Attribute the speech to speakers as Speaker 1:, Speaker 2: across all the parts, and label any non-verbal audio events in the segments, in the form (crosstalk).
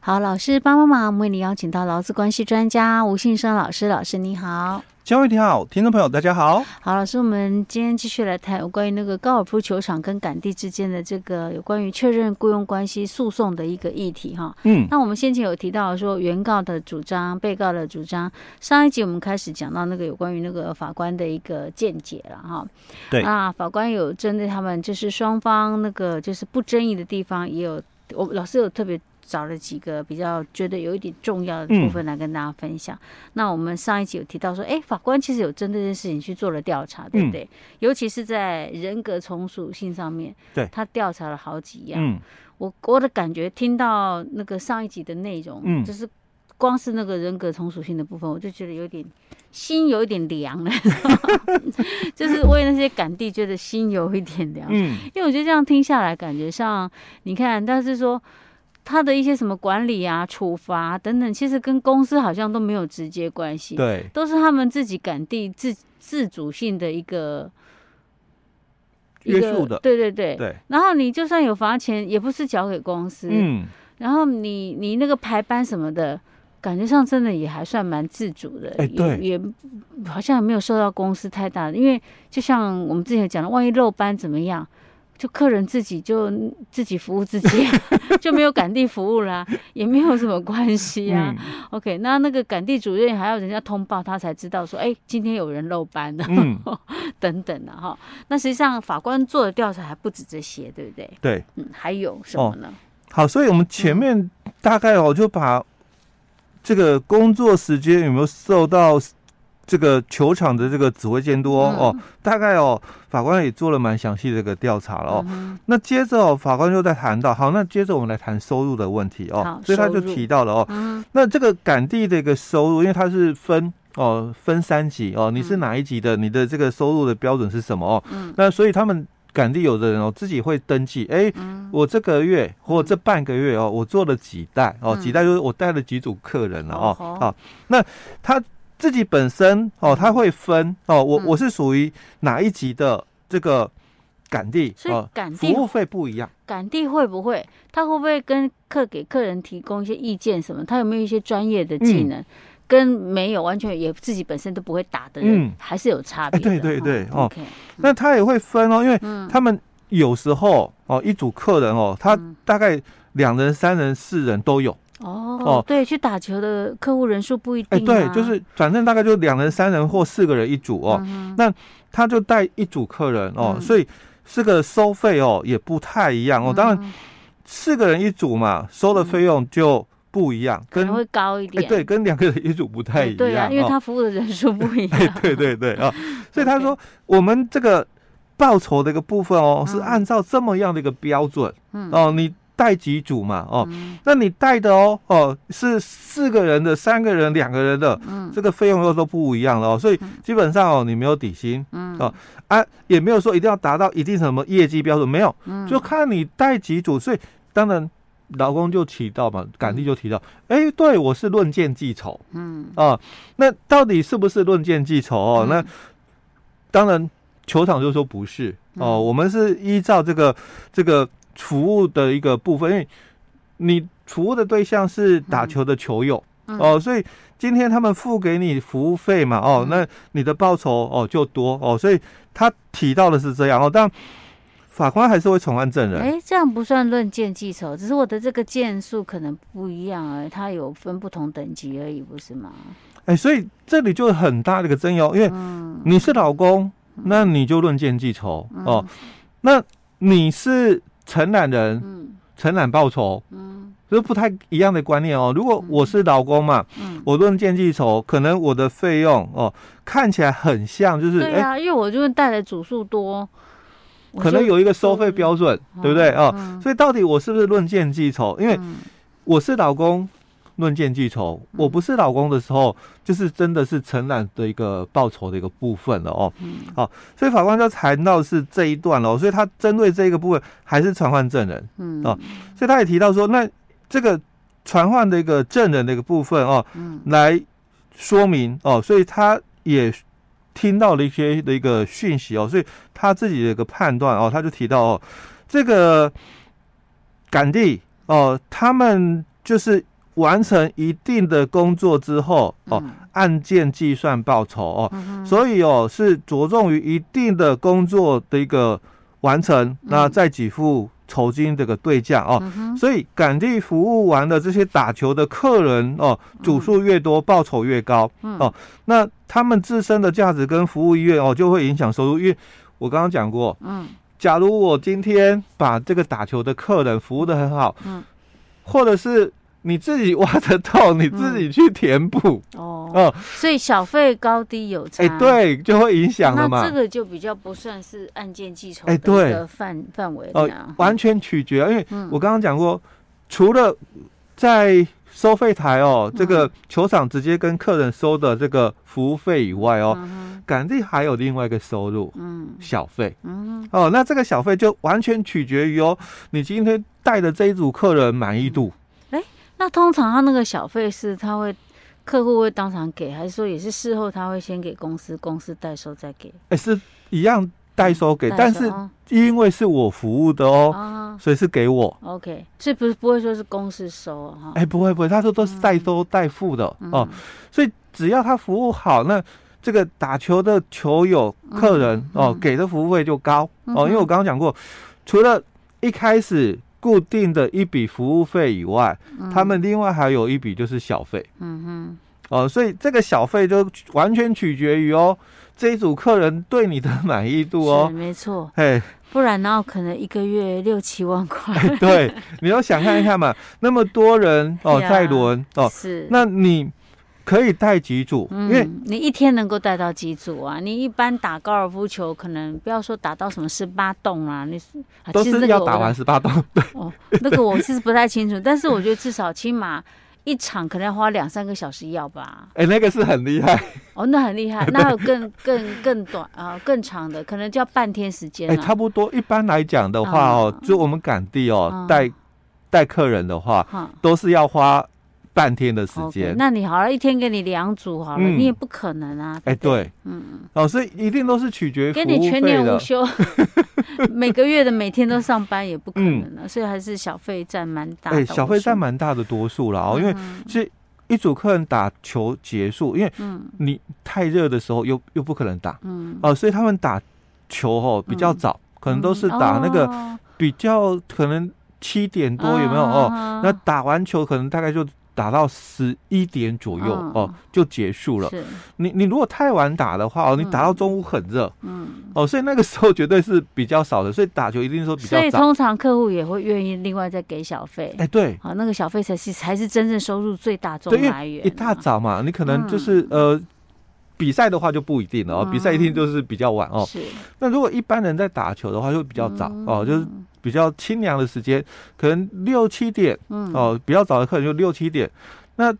Speaker 1: 好，老师帮帮忙，我们为您邀请到劳资关系专家吴信生老师，老师你好。
Speaker 2: 嘉惠你好，听众朋友大家好。
Speaker 1: 好，老师，我们今天继续来谈有关于那个高尔夫球场跟赶地之间的这个有关于确认雇佣关系诉讼的一个议题哈。
Speaker 2: 嗯，
Speaker 1: 那我们先前有提到说原告的主张、被告的主张，上一集我们开始讲到那个有关于那个法官的一个见解了哈。
Speaker 2: 对
Speaker 1: 那法官有针对他们就是双方那个就是不争议的地方，也有我老师有特别。找了几个比较觉得有一点重要的部分来跟大家分享。
Speaker 2: 嗯
Speaker 1: 那我们上一集有提到说，哎，法官其实有针对这件事情去做了调查，对不
Speaker 2: 嗯
Speaker 1: 对？尤其是在人格从属性上面，
Speaker 2: 对
Speaker 1: 他调查了好几样。
Speaker 2: 嗯，
Speaker 1: 我我的感觉，听到那个上一集的内容，
Speaker 2: 嗯
Speaker 1: 就是光是那个人格从属性的部分，我就觉得有点心有一点凉了， (laughs) 就是为那些赶地觉得心有一点凉，
Speaker 2: 嗯，
Speaker 1: 因为我觉得这样听下来，感觉上你看，但是说。他的一些什么管理啊、处罚等等，其实跟公司好像都没有直接关系，
Speaker 2: 对，
Speaker 1: 都是他们自己赶地自自主性的一个一
Speaker 2: 约
Speaker 1: 个
Speaker 2: 束的，
Speaker 1: 对对对。
Speaker 2: 对，
Speaker 1: 然后你就算有罚钱，也不是缴给公司，
Speaker 2: 嗯，
Speaker 1: 然后你你那个排班什么的，感觉上真的也还算蛮自主的，
Speaker 2: 哎对
Speaker 1: 也也好像也没有受到公司太大的，因为就像我们之前讲的，万一漏班怎么样，就客人自己就自己服务自己
Speaker 2: (laughs)
Speaker 1: 啊、就没有赶地服务啦，也没有什么关系啊。
Speaker 2: 嗯，
Speaker 1: OK，那那个赶地主任还要人家通报他才知道说，哎，今天有人漏班的、
Speaker 2: 嗯，
Speaker 1: (laughs) 等等的、哈。那实际上法官做的调查还不止这些，对不对？
Speaker 2: 对，
Speaker 1: 嗯，还有什么呢？
Speaker 2: 好，所以我们前面大概哦，就把这个工作时间有没有受到这个球场的这个指挥监督哦，
Speaker 1: 嗯
Speaker 2: 哦，大概哦，法官也做了蛮详细的一个调查了哦。
Speaker 1: 嗯
Speaker 2: 那接着哦，法官就在谈到，好，那接着我们来谈收入的问题哦
Speaker 1: 好，
Speaker 2: 所以他
Speaker 1: 收
Speaker 2: 就
Speaker 1: 入
Speaker 2: 提到了哦，
Speaker 1: 嗯
Speaker 2: 那这个赶地的一个收入，因为它是分哦分三级哦，你是哪一级的，你的这个收入的标准是什么哦？
Speaker 1: 嗯
Speaker 2: 那所以他们赶地有的人哦自己会登记，哎、
Speaker 1: 嗯
Speaker 2: 我这个月或这半个月哦，我做了几代哦，
Speaker 1: 嗯
Speaker 2: 几代就是我带了几组客人了哦，好、
Speaker 1: 哦吼
Speaker 2: 那他自己本身哦，他会分哦，我、
Speaker 1: 嗯
Speaker 2: 我是属于哪一级的这个赶地
Speaker 1: 所以
Speaker 2: 哦，
Speaker 1: 赶
Speaker 2: 服
Speaker 1: 地
Speaker 2: 务费不一样。
Speaker 1: 赶地会不会？他会不会跟客给客人提供一些意见什么？他有没有一些专业的
Speaker 2: 嗯
Speaker 1: 技能？跟没有完全也自己本身都不会打的人，
Speaker 2: 嗯
Speaker 1: 还是有差别的、
Speaker 2: 哎对对对
Speaker 1: 哦
Speaker 2: 哦
Speaker 1: OK，
Speaker 2: 那他也会分哦，因为
Speaker 1: 嗯
Speaker 2: 他们有时候哦，一组客人哦，他
Speaker 1: 嗯
Speaker 2: 大概两人、三人、四人都有。
Speaker 1: 哦
Speaker 2: 哦
Speaker 1: 对，去打球的客户人数不一
Speaker 2: 哎、
Speaker 1: 定、啊
Speaker 2: 对，就是反正大概就两人、三人或四个人一组哦，
Speaker 1: 嗯哼
Speaker 2: 他就带一组客人哦，
Speaker 1: 嗯
Speaker 2: 所以这个收费哦也不太一样哦。当然，
Speaker 1: 嗯
Speaker 2: 四个人一组嘛，收的费用就不一样，
Speaker 1: 可
Speaker 2: 跟
Speaker 1: 能会高一
Speaker 2: 哎、
Speaker 1: 点，
Speaker 2: 对，跟两个人一组不太
Speaker 1: 哎
Speaker 2: 一样。
Speaker 1: 对啊，因为
Speaker 2: 哦
Speaker 1: 他服务的人数不 (laughs) 一样，
Speaker 2: (laughs) 哎，对对对啊、所以他说我们这个报酬的一个部分哦，
Speaker 1: 嗯
Speaker 2: 是按照这么样的一个标准，
Speaker 1: 嗯
Speaker 2: 哦，你带几组嘛，哦，
Speaker 1: 嗯
Speaker 2: 那你带的哦，哦是四个人的、三个人、两个人的，
Speaker 1: 嗯
Speaker 2: 这个费用又都不一样了哦，所以基本上哦，你没有底薪
Speaker 1: 嗯
Speaker 2: 哦啊，也没有说一定要达到一定什么业绩标准，没有，
Speaker 1: 嗯
Speaker 2: 就看你带几组，所以当然。老公就提到嘛，赶地就提到，哎、对我是论件计酬
Speaker 1: 嗯
Speaker 2: 啊，那到底是不是论件计酬哦？那
Speaker 1: 嗯
Speaker 2: 当然，球场就说不是哦、
Speaker 1: 嗯
Speaker 2: 我们是依照这个这个服务的一个部分，因为你服务的对象是打球的球友
Speaker 1: 嗯
Speaker 2: 哦、所以今天他们付给你服务费嘛，哦，
Speaker 1: 嗯
Speaker 2: 那你的报酬哦就多哦，所以他提到的是这样哦，但法官还是会重案证人，
Speaker 1: 哎，这样不算论件计酬，只是我的这个件数可能不一样而已，它有分不同等级而已，不是吗？
Speaker 2: 哎、所以这里就很大的一个争议哦，因为
Speaker 1: 嗯
Speaker 2: 你是老公，那你就论件计酬哦，那你是承揽人，
Speaker 1: 嗯
Speaker 2: 承揽报酬，
Speaker 1: 嗯
Speaker 2: 这不太一样的观念哦。如果我是劳工嘛，
Speaker 1: 嗯，
Speaker 2: 我论件计酬，可能我的费用哦看起来很像，就是
Speaker 1: 对
Speaker 2: 哎、
Speaker 1: 啊，因为我就是带的组数多，我
Speaker 2: 可
Speaker 1: 就
Speaker 2: 能有一哦个收费标准，对不对哦？
Speaker 1: 嗯
Speaker 2: 所以到底我是不是论件计酬？因为
Speaker 1: 嗯
Speaker 2: 我是老公。论件计酬，我不是老公的时候，就是真的是承揽的一个报酬的一个部分了哦。
Speaker 1: 嗯
Speaker 2: 好，所以法官就谈到是这一段了哦，所以他针对这个部分还是传唤证人。
Speaker 1: 嗯
Speaker 2: 哦所以他也提到说，那这个传唤的一个证人的一个部分哦，
Speaker 1: 嗯
Speaker 2: 来说明哦，所以他也听到了一些的一个讯息哦，所以他自己的一个判断哦，他就提到哦，这个赶地哦，他们就是完成一定的工作之后哦，
Speaker 1: 嗯
Speaker 2: 按件计算报酬哦，所以哦是着重于一定的工作的一个完成，那再给付酬金这个对价哦。所以赶地服务完了这些打球的客人哦，组数越多，报酬越高哦。那他们自身的价值跟服务意愿哦，就会影响收入，因为我刚刚讲过，
Speaker 1: 嗯
Speaker 2: 假如我今天把这个打球的客人服务的很好，
Speaker 1: 嗯
Speaker 2: 或者是你自己挖的洞，你自己去填补，
Speaker 1: 哦，
Speaker 2: 哦，
Speaker 1: 所以小费高低有差。哎
Speaker 2: 哎、。对，就会影响了
Speaker 1: 那
Speaker 2: 嘛，
Speaker 1: 这个就比较不算是案件计酬的
Speaker 2: 哎
Speaker 1: 一
Speaker 2: 对
Speaker 1: 个范范围
Speaker 2: 哦、
Speaker 1: 了啊。
Speaker 2: (laughs) 完全取决，因为
Speaker 1: 嗯
Speaker 2: 我刚刚讲过，除了在收费台哦，
Speaker 1: 嗯
Speaker 2: 这个球场直接跟客人收的这个服务费以外哦，赶地还有另外一个收入，
Speaker 1: 嗯
Speaker 2: 小费。
Speaker 1: 嗯
Speaker 2: 哦，那这个小费就完全取决于哦，你今天带的这一组客人满意
Speaker 1: 嗯
Speaker 2: 度。
Speaker 1: 那通常他那个小费是他会客户会当场给，还是说也是事后他会先给公司，公司代收再给？
Speaker 2: 哎、是一样代收给，
Speaker 1: 代
Speaker 2: 但
Speaker 1: 收
Speaker 2: 是
Speaker 1: 哦
Speaker 2: 因为是我服务的哦，
Speaker 1: 啊
Speaker 2: 所以是给我。
Speaker 1: ，OK，所以不是不会说是公司收啊哈。
Speaker 2: 哎、不会不会，他说都是代收代付的、哦，所以只要他服务好，那这个打球的球友客人、哦，给的服务费就高、哦，因为我刚刚讲过，除了一开始。固定的一笔服务费以外，他们另外还有一笔就是小费
Speaker 1: 嗯
Speaker 2: 哦，所以这个小费就完全取决于哦这一组客人对你的满意
Speaker 1: 哼，
Speaker 2: 度
Speaker 1: 是
Speaker 2: 哦。
Speaker 1: 没错，
Speaker 2: 嘿，哎
Speaker 1: 不然然后可能一个月六七万块。
Speaker 2: 对，你要想看一看嘛，那么多人哦
Speaker 1: 呀
Speaker 2: 在轮哦，
Speaker 1: (laughs) 是。
Speaker 2: 那你可以带几组？因为
Speaker 1: 嗯，你一天能够带到几组啊？你一般打高尔夫球，可能不要说打到什么十八洞啊，你是啊
Speaker 2: 都
Speaker 1: 其实
Speaker 2: 是
Speaker 1: 这
Speaker 2: 要
Speaker 1: 个我
Speaker 2: 打完十八洞，
Speaker 1: 哦，那个我其实不太清楚，但是我觉得至少起码一场可能要花两三个小时要吧。
Speaker 2: 哎，那个是很厉害，
Speaker 1: 哦，那很厉
Speaker 2: (laughs)
Speaker 1: 害，那还有更更更短啊、更长的，可能就要半天嗯时间啊
Speaker 2: 哎，
Speaker 1: 了。
Speaker 2: 差不多。一般来讲的话哦，就我们赶
Speaker 1: 嗯
Speaker 2: 地哦，带带客人的话，
Speaker 1: 哈
Speaker 2: 都是要花半天的时
Speaker 1: o k
Speaker 2: 间。
Speaker 1: 哦那你好了，一天给你两组好了，
Speaker 2: 嗯
Speaker 1: 你也不可能啊。
Speaker 2: 哎，
Speaker 1: 不，
Speaker 2: 对，
Speaker 1: 嗯，
Speaker 2: 哦，所以一定都是取决于服
Speaker 1: 给你
Speaker 2: 务
Speaker 1: 全
Speaker 2: 费
Speaker 1: 年无
Speaker 2: 的。
Speaker 1: 休， (laughs) 每个月的每天都上班也不可
Speaker 2: 嗯
Speaker 1: 能啊，所以还是小费占蛮大的。啊嗯
Speaker 2: 哎，小费占
Speaker 1: 蛮。
Speaker 2: 蛮大的多数了哦，因为其实一组客人打球结束，因为
Speaker 1: 嗯
Speaker 2: 你太热的时候又又不可能打，
Speaker 1: 嗯，
Speaker 2: 哦，所以他们打球哦比较早，可能都是打那个
Speaker 1: 哦
Speaker 2: 比较可能七点多有没有哦？
Speaker 1: 啊
Speaker 2: 那打完球可能大概就打到十一点左右
Speaker 1: 嗯
Speaker 2: 哦就结束了。
Speaker 1: 是
Speaker 2: 你你如果太晚打的话哦，你打到中午很热
Speaker 1: 嗯，
Speaker 2: 哦，所以那个时候绝对是比较少的，所以打球一定说比
Speaker 1: 所
Speaker 2: 较
Speaker 1: 以
Speaker 2: 早。
Speaker 1: 通常客户也会愿意另外再给小费。
Speaker 2: 哎，对
Speaker 1: 好，那个小费才是才是真正收入最大宗
Speaker 2: 对，因
Speaker 1: 来
Speaker 2: 为
Speaker 1: 源、啊
Speaker 2: 一大，早嘛，你可
Speaker 1: 嗯
Speaker 2: 能就是呃。比赛的话就不一定了哦，比赛一定就是比较晚哦。
Speaker 1: 啊是嗯
Speaker 2: 那如果一般人在打球的话，就比较早哦，就是比较清凉的时间，可能六七点
Speaker 1: 嗯
Speaker 2: 哦，比较早的客人就六七点。那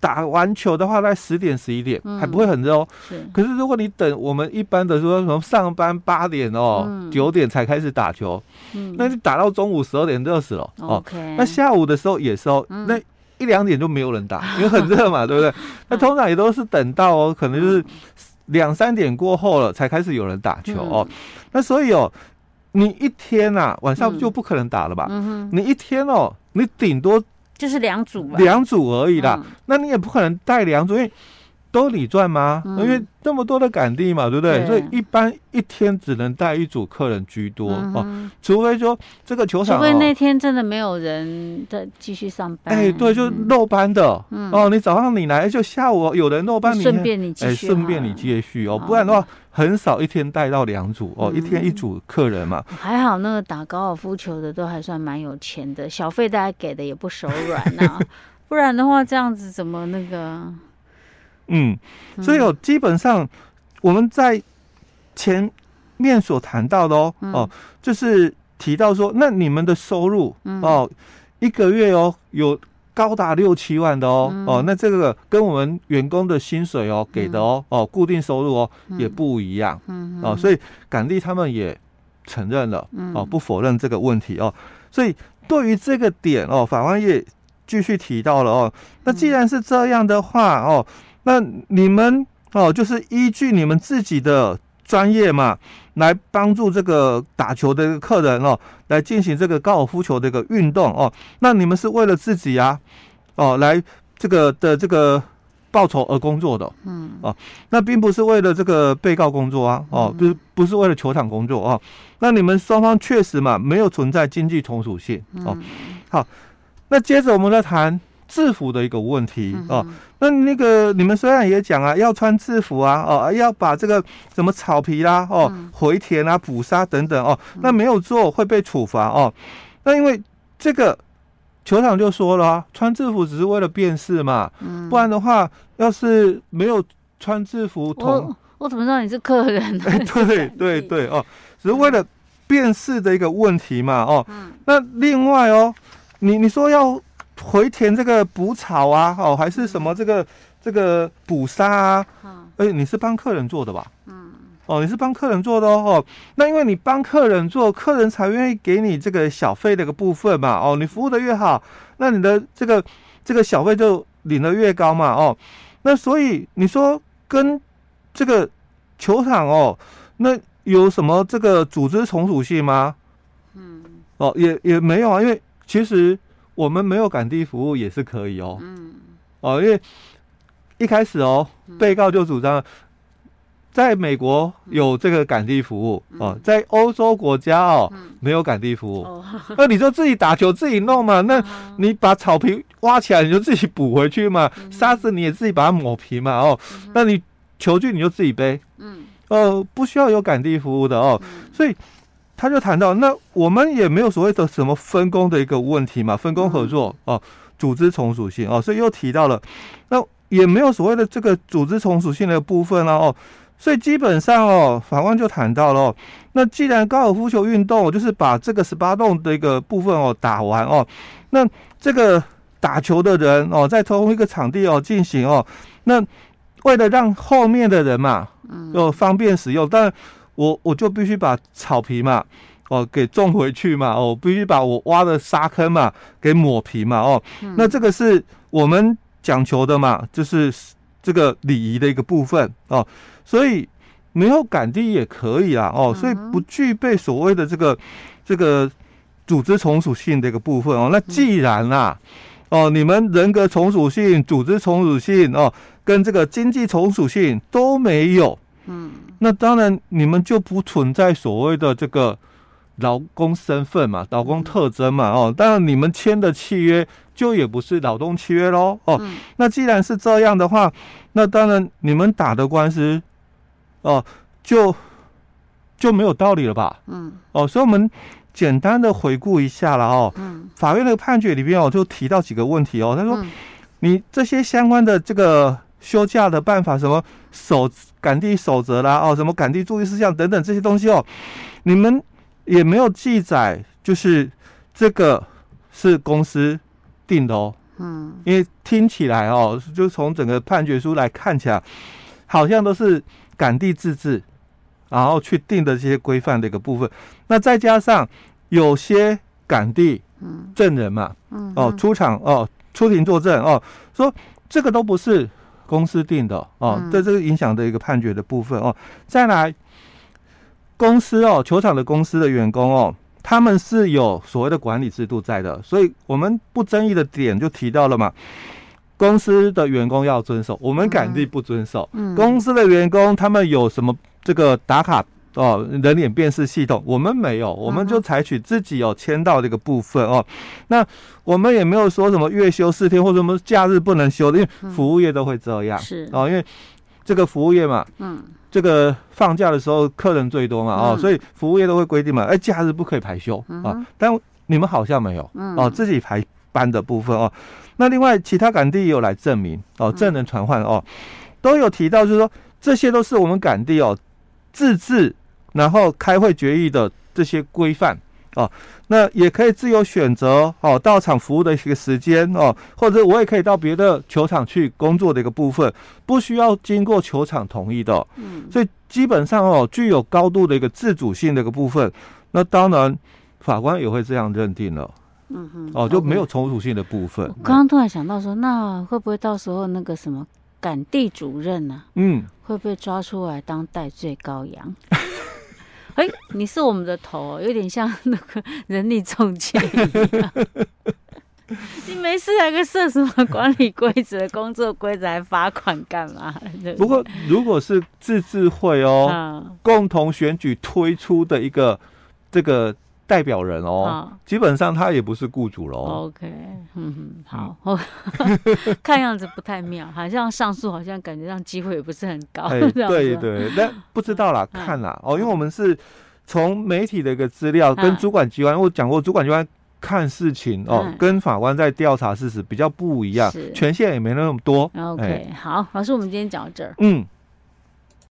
Speaker 2: 打完球的话，大概十点十一点
Speaker 1: 嗯
Speaker 2: 还不会很热哦。
Speaker 1: 是
Speaker 2: 可是如果你等我们一般的说什么上班八点哦
Speaker 1: 嗯
Speaker 2: 九点才开始打球，
Speaker 1: 嗯
Speaker 2: 那你打到中午十二点热死了哦。
Speaker 1: OK，
Speaker 2: 那下午的时候也是哦，
Speaker 1: 嗯
Speaker 2: 那一两点就没有人打，因为很热
Speaker 1: (laughs)
Speaker 2: 嘛，对不对？
Speaker 1: 嗯
Speaker 2: 那通常也都是等到哦，可能就是两三点过后了才开始有人打球哦。那所以哦，你一天啊晚上
Speaker 1: 嗯
Speaker 2: 就不可能打了吧？
Speaker 1: 嗯哼，
Speaker 2: 你一天哦，你顶多
Speaker 1: 就是两组吧，
Speaker 2: 两组而已啦，
Speaker 1: 嗯
Speaker 2: 那你也不可能带两组，因为都你赚吗？
Speaker 1: 嗯
Speaker 2: 因为这么多的赶地嘛，对不对？
Speaker 1: 对
Speaker 2: 所以一般一天只能带一组客人居多、
Speaker 1: 嗯
Speaker 2: 哦，
Speaker 1: 哼
Speaker 2: 除非说这个球
Speaker 1: 除
Speaker 2: 场、
Speaker 1: 非那
Speaker 2: 哦。
Speaker 1: 天真的没有人再继续上班，
Speaker 2: 哎，对，就漏班的、
Speaker 1: 嗯
Speaker 2: 哦。你早上你来，就下午有人漏班，你
Speaker 1: 顺便你继
Speaker 2: 哎，
Speaker 1: 续，啊
Speaker 2: 顺便你，接续哦，不然的话很少一天带到两组哦，
Speaker 1: 嗯
Speaker 2: 一天一组客人嘛。
Speaker 1: 还好那个打高尔夫球的都还算蛮有钱的，小费大家给的也不手软
Speaker 2: (laughs)
Speaker 1: 呐、不然的话这样子怎么那个？
Speaker 2: 嗯，所以
Speaker 1: 嗯
Speaker 2: 哦，基本上我们在前面所谈到的哦，
Speaker 1: 嗯
Speaker 2: 哦，就是提到说，那你们的收入
Speaker 1: 嗯
Speaker 2: 哦，一个月哦有高达六七万的哦，
Speaker 1: 嗯
Speaker 2: 哦，那这个跟我们员工的薪水哦给的哦，哦，固定收入哦也不一样，
Speaker 1: 嗯
Speaker 2: 哦，所以港地他们也承认了，哦，
Speaker 1: 嗯
Speaker 2: 不否认这个问题哦，所以对于这个点哦，法官也继续提到了哦，那既然是这样的话哦，那你们哦，就是依据你们自己的专业嘛，来帮助这个打球的客人哦，来进行这个高尔夫球的一个运动哦，那你们是为了自己啊。哦来这个的这个报酬而工作的，嗯，哦，那并不是为了这个被告工作啊，哦，不是不是为了球场工作啊，那你们双方确实嘛没有存在经济同属性哦，好，那接着我们再谈。制服的一个问题
Speaker 1: 嗯
Speaker 2: 哦，那那个你们虽然也讲啊，要穿制服啊，哦，要把这个什么草皮啦、啊，哦，回填啊、捕杀等等哦，那没有做会被处罚哦。那因为这个球场就说了、啊，穿制服只是为了辨识嘛，
Speaker 1: 嗯
Speaker 2: 不然的话，要是没有穿制服同，
Speaker 1: 我我怎么知道你是客
Speaker 2: (laughs)
Speaker 1: 人呢、啊 (laughs)
Speaker 2: 对对对哦，只是为了辨识的一个问题嘛哦。那另外哦，你你说要。回填这个补草啊，哦，还是什么这个这个捕杀啊？哎、欸，你是帮客人做的吧？嗯，哦，你是帮客人做的哦。那因为你帮客人做，客人才愿意给你这个小费的一个部分嘛。哦，你服务的越好，那你的这个这个小费就领的越高嘛。哦，那所以你说跟这个球场哦，那有什么这个组织从属性吗？嗯，哦，也也没有啊，因为其实。我们没有赶地服务也是可以哦，嗯，哦，因为一开始哦，被告就主张，在美国有这个赶地服务哦，在欧洲国家哦没有赶地服
Speaker 1: 哦
Speaker 2: 务， (laughs) 那你就自己打球自己弄嘛，那你把草皮挖起来你就自己补回去嘛，沙子你也自己把它抹平嘛哦，那你球具你就自己背，嗯，呃，不需要有赶地服务的哦，所以。他就谈到，那我们也没有所谓的什么分工的一个问题嘛，分工合作哦，组织从属性哦，所以又提到了，那也没有所谓的这个组织从属性的部分啦、啊、哦，所以基本上哦，法官就谈到了、哦，那既然高尔夫球运动就是把这个十八洞的一个部分哦打完哦，那这个打球的人哦，在同一个场地哦进行哦，那为了让后面的人嘛，就方便使用，但。我我就必须把草皮嘛，哦给种回去嘛，哦必须把我挖的沙坑嘛给抹平嘛，哦，嗯、那这个是我们讲求的嘛，就是这个礼仪的一个部分哦，所以没有赶地也可以啦，哦，所以不具备所谓的这个这个组织从属性的一个部分哦，那既然啦、啊。哦，你们人格从属性、组织从属性哦，跟这个经济从属性都没有。嗯，那当然，你们就不存在所谓的这个劳工身份嘛，劳工特征嘛，哦，当然你们签的契约就也不是劳动契约喽，哦，嗯、那既然是这样的话，那当然你们打的官司，哦，就就没有道理了吧，嗯，哦，所以我们简单的回顾一下了哦，嗯，法院的判决里边哦就提到几个问题哦，他说、嗯、你这些相关的这个。休假的办法，什么守赶地守则啦，哦，什么赶地注意事项等等这些东西哦，你们也没有记载，就是这个是公司定的哦，嗯，因为听起来哦，就从整个判决书来看起来，好像都是赶地自治，然后去定的这些规范的一个部分，那再加上有些赶地证人嘛，嗯，哦，出场哦，出庭作证哦，说这个都不是。公司定的哦，这这个影响的一个判决的部分哦。再来，公司哦，球场的公司的员工哦，他们是有所谓的管理制度在的，所以我们不争议的点就提到了嘛，公司的员工要遵守，我们肯定不遵守。嗯，公司的员工他们有什么这个打卡哦，人脸辨识系统，我们没有，我们就采取自己有、哦、签到这个部分哦。那我们也没有说什么月休四天或者什么假日不能休的，因为服务业都会这样。嗯、
Speaker 1: 是
Speaker 2: 哦，因为这个服务业嘛，嗯，这个放假的时候客人最多嘛，哦，嗯、所以服务业都会规定嘛，哎，假日不可以排休啊、哦。但你们好像没有哦，自己排班的部分哦。那另外其他港地也有来证明哦，证人传唤哦，都有提到，就是说这些都是我们港地哦自治然后开会决议的这些规范。哦，那也可以自由选择哦，到场服务的一个时间哦，或者我也可以到别的球场去工作的一个部分，不需要经过球场同意的。嗯，所以基本上哦，具有高度的一个自主性的一个部分，那当然法官也会这样认定了。嗯哼，哦，就没有从属性的部分。
Speaker 1: 我刚刚突然想到说，那会不会到时候那个什么赶地主任呢、啊？嗯，会不会抓出来当代罪羔羊？ (laughs) 哎、欸，
Speaker 2: (laughs)
Speaker 1: 你是我们的头、哦，有点像那个人力中介一样。你没事还跟设什么管理规则、工作规则还罚款干嘛？对
Speaker 2: 不
Speaker 1: 对
Speaker 2: 过如果是自治会哦，
Speaker 1: 嗯，
Speaker 2: 共同选举推出的一个这个代表人哦，
Speaker 1: 好
Speaker 2: 基本上他也不是雇主喽。
Speaker 1: 哦，OK，嗯，好，
Speaker 2: (laughs)
Speaker 1: 看样子不太妙，好像上诉好像感觉上机会也不是很高，
Speaker 2: 哎，
Speaker 1: 哦这样
Speaker 2: 对
Speaker 1: 子，
Speaker 2: 对，但不知道啦，
Speaker 1: 嗯
Speaker 2: 看啦哦，因为我们是从媒体的一个资料跟
Speaker 1: 嗯
Speaker 2: 主管机关，我讲过主管机关看事情哦
Speaker 1: 嗯，
Speaker 2: 跟法官在调查事实比较不一样
Speaker 1: 是，
Speaker 2: 权限也没那么多。哎
Speaker 1: OK，好，老师，我们今天讲到这儿。
Speaker 2: 嗯，